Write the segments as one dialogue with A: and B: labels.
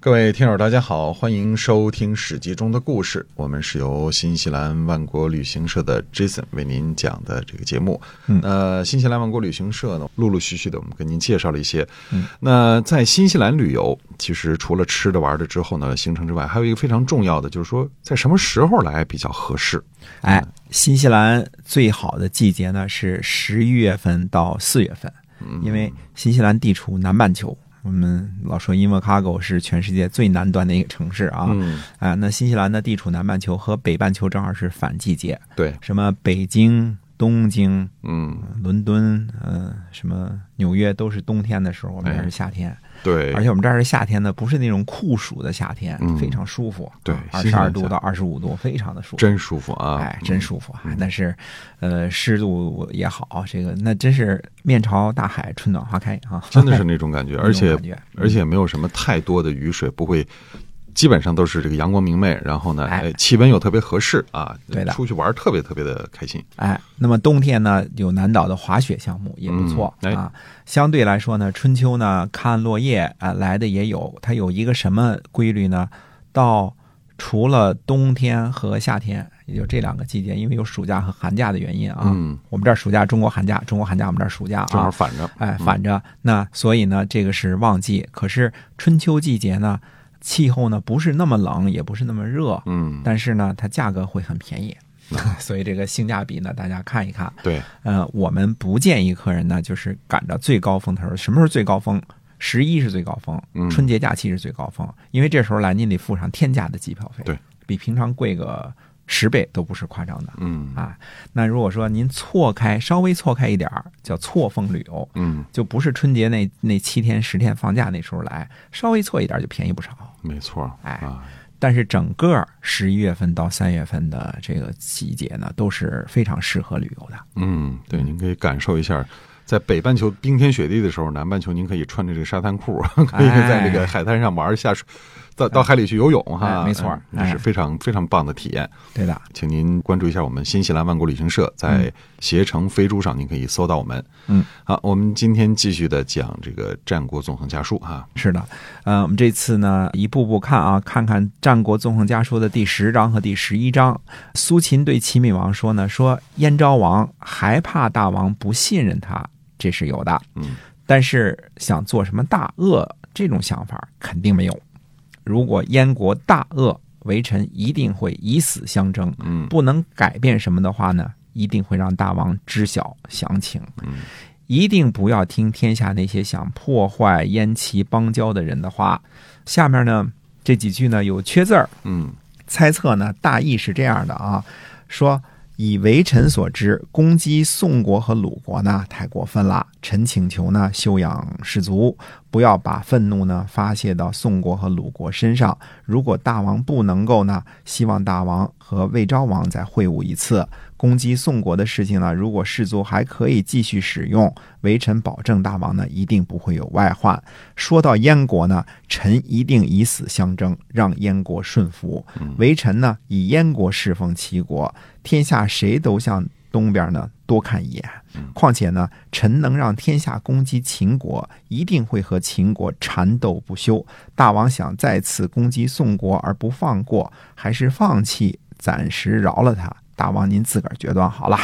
A: 各位听友，大家好，欢迎收听《史记》中的故事。我们是由新西兰万国旅行社的 Jason 为您讲的这个节目。
B: 嗯
A: 那新西兰万国旅行社呢，陆陆续续的我们跟您介绍了一些。
B: 嗯
A: 那在新西兰旅游，其实除了吃的玩的之后呢，行程之外，还有一个非常重要的，就是说在什么时候来比较合适。
B: 哎，新西兰最好的季节呢是十一月份到四月份，因为新西兰地处南半球。我们老说 Invercargill 是全世界最南端的一个城市啊，
A: 嗯，
B: 啊，那新西兰的地处南半球和北半球正好是反季节，
A: 对，
B: 什么北京、东京、
A: 嗯，
B: 伦敦，嗯、什么纽约都是冬天的时候，我们这儿是夏天，
A: 哎对，
C: 哎
B: 而且我们这儿是夏天呢，不是那种酷暑的夏天，
A: 嗯
B: 非常舒服，啊
A: 对
B: 二十
A: 新鲜
B: 二
A: 一
B: 度
A: 下
B: 到二十五度，非常的舒服。
A: 真舒服啊，
B: 哎， 真舒服啊！但是，呃，湿度也好，啊这个那真是面朝大海，春暖花开啊！
A: 真的是那种 感觉，
B: 那种
A: 而且
B: 感觉
A: 而且没有什么太多的雨水，不会，基本上都是这个阳光明媚，然后呢，
B: 哎
A: 哎，气温又特别合适啊，
B: 对的
A: 出去玩儿特别特别的开心，
B: 哎，那么冬天呢，有南岛的滑雪项目也不错、
A: 嗯哎
B: 啊。相对来说呢，春秋呢看落叶啊、来的也有，它有一个什么规律呢？到除了冬天和夏天，也就这两个季节，因为有暑假和寒假的原因啊。
A: 嗯，
B: 我们这儿暑假，中国寒假，中国寒假，我们这儿暑假啊。
A: 正好反着，
B: 哎，
A: 嗯
B: 反着那，所以呢，这个是旺季。可是春秋季节呢，气候呢不是那么冷，也不是那么热，
A: 嗯，
B: 但是呢，它价格会很便宜， 所以这个性价比呢，大家看一看。
A: 对，
B: 呃，我们不建议客人呢，就是赶着最高峰的时候，什么时候最高峰？十一是最高峰，
A: 嗯
B: 春节假期是最高峰，因为这时候来您得付上天价的机票费，
A: 对，
B: 比平常贵个十倍都不是夸张的。
A: 嗯
B: 啊，那如果说您错开稍微错开一点儿，叫错峰旅游，
A: 嗯，
B: 就不是春节那那七天十天放假那时候来，稍微错一点就便宜不少。
A: 没错，
B: 哎
A: 啊，
B: 但是整个十一月份到三月份的这个季节呢，都是非常适合旅游的。
A: 嗯，对，您可以感受一下。在北半球冰天雪地的时候，南半球您可以穿着这个沙滩裤， 可以在这个海滩上玩儿下水，到到海里去游泳哈，
B: 哎没错
A: 嗯这
B: 哎
A: 是非常非常棒的体验。
B: 对的，
A: 请您关注一下我们新西兰万国旅行社，在携程、飞猪上您可以搜到我们。
B: 嗯，
A: 好，我们今天继续的讲这个战国纵横家书啊哈。
B: 是的，呃，我们这次呢，一步步看啊，看看《战国纵横家书》的第十章和第十一章。苏秦对齐闵王说呢，说燕昭王害怕大王不信任他，这是有的。
A: 嗯，
B: 但是想做什么大恶这种想法肯定没有。如果燕国大恶，为臣一定会以死相争。
A: 嗯
B: 不能改变什么的话呢，一定会让大王知晓详情。
A: 嗯
B: 一定不要听天下那些想破坏燕齐邦交的人的话。下面呢这几句呢有缺字儿，
A: 嗯
B: 猜测呢大意是这样的啊，说以为臣所知，攻击宋国和鲁国呢太过分了，臣请求呢修养士卒，不要把愤怒呢发泄到宋国和鲁国身上。如果大王不能够呢，希望大王和魏昭王再会晤一次。攻击宋国的事情呢，如果士卒还可以继续使用，微臣保证大王呢一定不会有外患。说到燕国呢，臣一定以死相争，让燕国顺服。微臣呢以燕国侍奉齐国，天下谁都向东边呢多看一眼。况且呢，臣能让天下攻击秦国，一定会和秦国缠斗不休。大王想再次攻击宋国而不放过，还是放弃，暂时饶了他？大王您自个儿决断好了。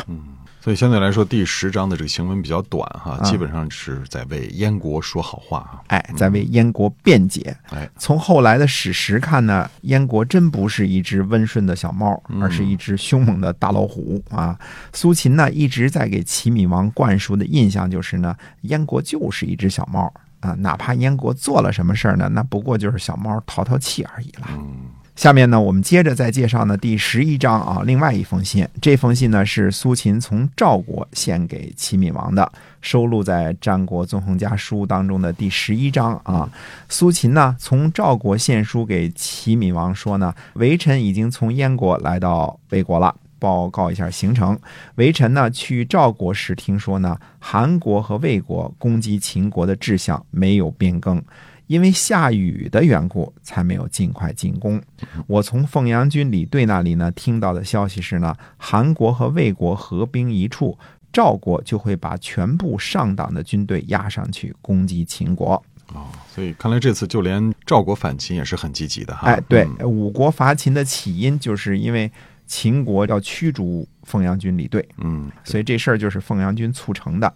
A: 所以相对来说，第十章的这个行文比较短哈，
B: 嗯
A: 基本上是在为燕国说好话啊。
B: 哎，在为燕国辩解。
A: 哎，
B: 从后来的史实看呢，燕国真不是一只温顺的小猫，而是一只凶猛的大老虎啊！苏秦呢一直在给齐闵王灌输的印象就是呢，燕国就是一只小猫啊，哪怕燕国做了什么事儿呢，那不过就是小猫淘淘气而已了。
A: 嗯
B: 下面呢，我们接着再介绍呢第十一章啊，另外一封信。这封信呢是苏秦从赵国献给齐闵王的，收录在《战国纵横家书》当中的第十一章啊。苏秦呢从赵国献书给齐闵王说呢，微臣已经从燕国来到魏国了。报告一下行程。微臣呢去赵国时听说呢，韩国和魏国攻击秦国的志向没有变更，因为下雨的缘故，才没有尽快进攻。我从凤阳军李队那里呢听到的消息是呢，韩国和魏国合兵一处，赵国就会把全部上党的军队压上去攻击秦国。
A: 哦，所以看来这次就连赵国反秦也是很积极的哈。
B: 哎，对
A: 嗯，
B: 五国伐秦的起因就是因为秦国要驱逐凤阳军李队，
A: 嗯，
B: 所以这事儿就是凤阳军促成的。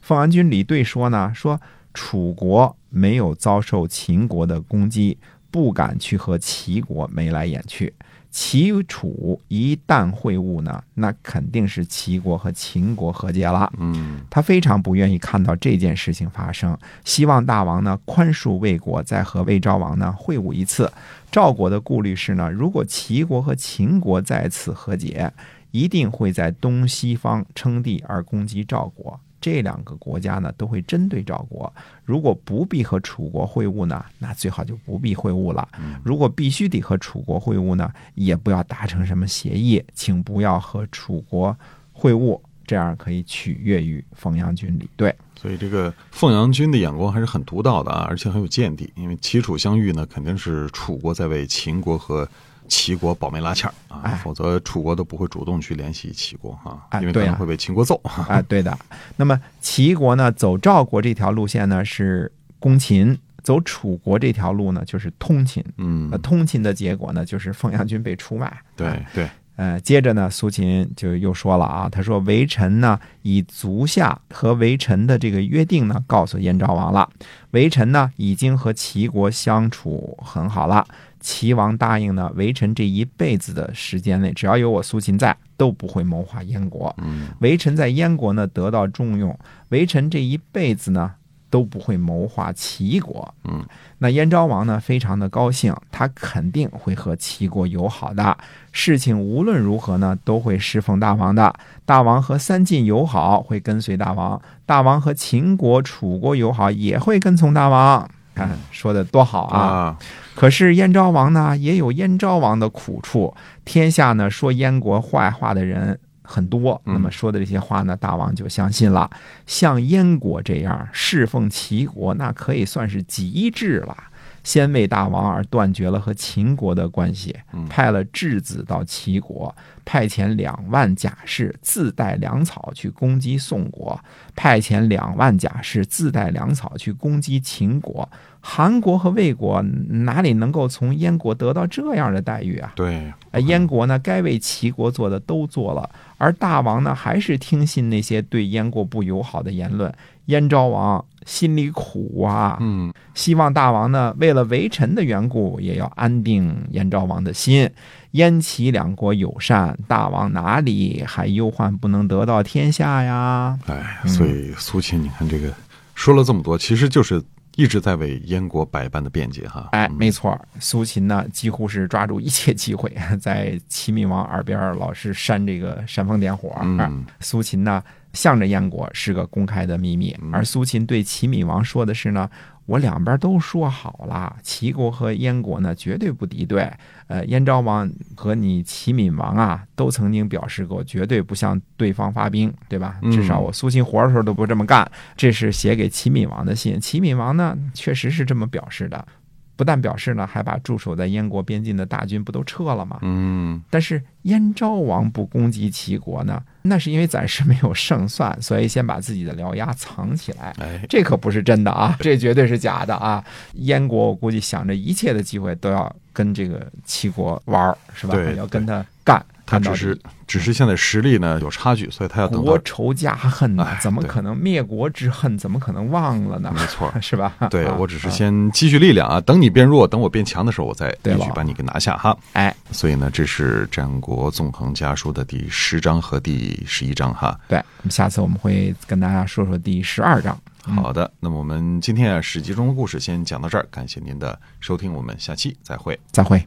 B: 凤阳军李队说呢，说楚国没有遭受秦国的攻击，不敢去和齐国眉来眼去。齐楚一旦会晤呢，那肯定是齐国和秦国和解了。
A: 嗯，
B: 他非常不愿意看到这件事情发生，希望大王呢宽恕魏国，再和魏昭王呢会晤一次。赵国的顾虑是呢，如果齐国和秦国再次和解，一定会在东西方称帝而攻击赵国。这两个国家呢都会针对赵国，如果不必和楚国会晤呢，那最好就不必会晤了。如果必须得和楚国会晤呢，也不要达成什么协议，请不要和楚国会晤，这样可以取悦于冯阳军李队。
A: 所以这个凤阳君的眼光还是很独到的啊，而且很有见地。因为齐楚相遇呢，肯定是楚国在为秦国和齐国保媒拉纤儿啊
B: 哎，
A: 否则楚国都不会主动去联系齐国哈、
B: 哎
A: 因为可
B: 对
A: 能
B: 啊
A: 会被秦国揍。
B: 啊，对的。那么齐国呢，走赵国这条路线呢是攻秦，走楚国这条路呢就是通秦。
A: 嗯
B: 那，通秦的结果呢，就是凤阳军被出卖。
A: 对对，
B: 呃，接着呢，苏秦就又说了啊，他说微臣呢以足下和微臣的这个约定呢，告诉燕昭王了。微臣呢已经和齐国相处很好了，齐王答应呢，微臣这一辈子的时间内，只要有我苏秦在，都不会谋划燕国。
A: 嗯，
B: 微臣在燕国呢得到重用，微臣这一辈子呢都不会谋划齐国。
A: 嗯，
B: 那燕昭王呢非常的高兴，他肯定会和齐国友好的。事情无论如何呢都会侍奉大王的，大王和三晋友好会跟随大王，大王和秦国、楚国友好也会跟从大王。看说的多好啊！
A: 啊，
B: 可是燕昭王呢，也有燕昭王的苦处。天下呢，说燕国坏话的人很多，
A: 嗯
B: 那么说的这些话呢，大王就相信了。像燕国这样侍奉齐国，那可以算是极致了。先为大王而断绝了和秦国的关系
A: 嗯，
B: 派了质子到齐国，派遣两万甲士自带粮草去攻击宋国，派遣两万甲士自带粮草去攻击秦国。韩国和魏国哪里能够从燕国得到这样的待遇啊？
A: 对，
B: 呃，燕国呢，该为齐国做的都做了，而大王呢，还是听信那些对燕国不友好的言论。燕昭王心里苦啊，
A: 嗯，
B: 希望大王呢，为了为臣的缘故，也要安定燕昭王的心。燕齐两国友善，大王哪里还忧患不能得到天下呀？
A: 哎，所以苏秦，你看这个说了这么多，其实就是一直在为燕国百般的辩解哈。
B: 哎，
A: 嗯
B: 没错儿，苏秦呢几乎是抓住一切机会， 在齐闵王耳边儿老是煽这个煽风点火啊儿。
A: 嗯
B: 苏秦呢向着燕国是个公开的秘密，而苏秦对齐闵王说的是呢，我两边都说好了，齐国和燕国呢绝对不敌对。呃，燕昭王和你齐闵王啊，都曾经表示过绝对不向对方发兵，对吧？
A: 嗯
B: 至少我苏秦活着时候都不这么干。这是写给齐闵王的信，齐闵王呢确实是这么表示的。不但表示呢，还把驻守在燕国边境的大军不都撤了吗？
A: 嗯，
B: 但是燕昭王不攻击齐国呢，那是因为暂时没有胜算，所以先把自己的獠牙藏起来。
A: 哎，
B: 这可不是真的啊，这绝对是假的啊！燕国我估计想着一切的机会都要跟这个齐国玩儿，是吧
A: 对？
B: 要跟他干，
A: 他
B: 干到底
A: 只是只是现在实力呢有差距，所以他要等到
B: 国仇家恨呐
A: 哎，
B: 怎么
A: 对
B: 可能灭国之恨？怎么可能忘了呢？
A: 没错 儿
B: 是吧？
A: 对
B: 啊
A: 我只是先积蓄力量啊，等你变弱，等我变强的时候，我再
B: 对
A: 一
B: 了
A: 举把你给拿下哈。
B: 哎，
A: 所以呢，这是《战国纵横家书》的第十章和第十一章哈。
B: 对，那么下次我们会跟大家说说第十二章。
A: 好的，那么我们今天啊《史记》中的故事先讲到这儿，感谢您的收听，我们下期再会。
B: 再会。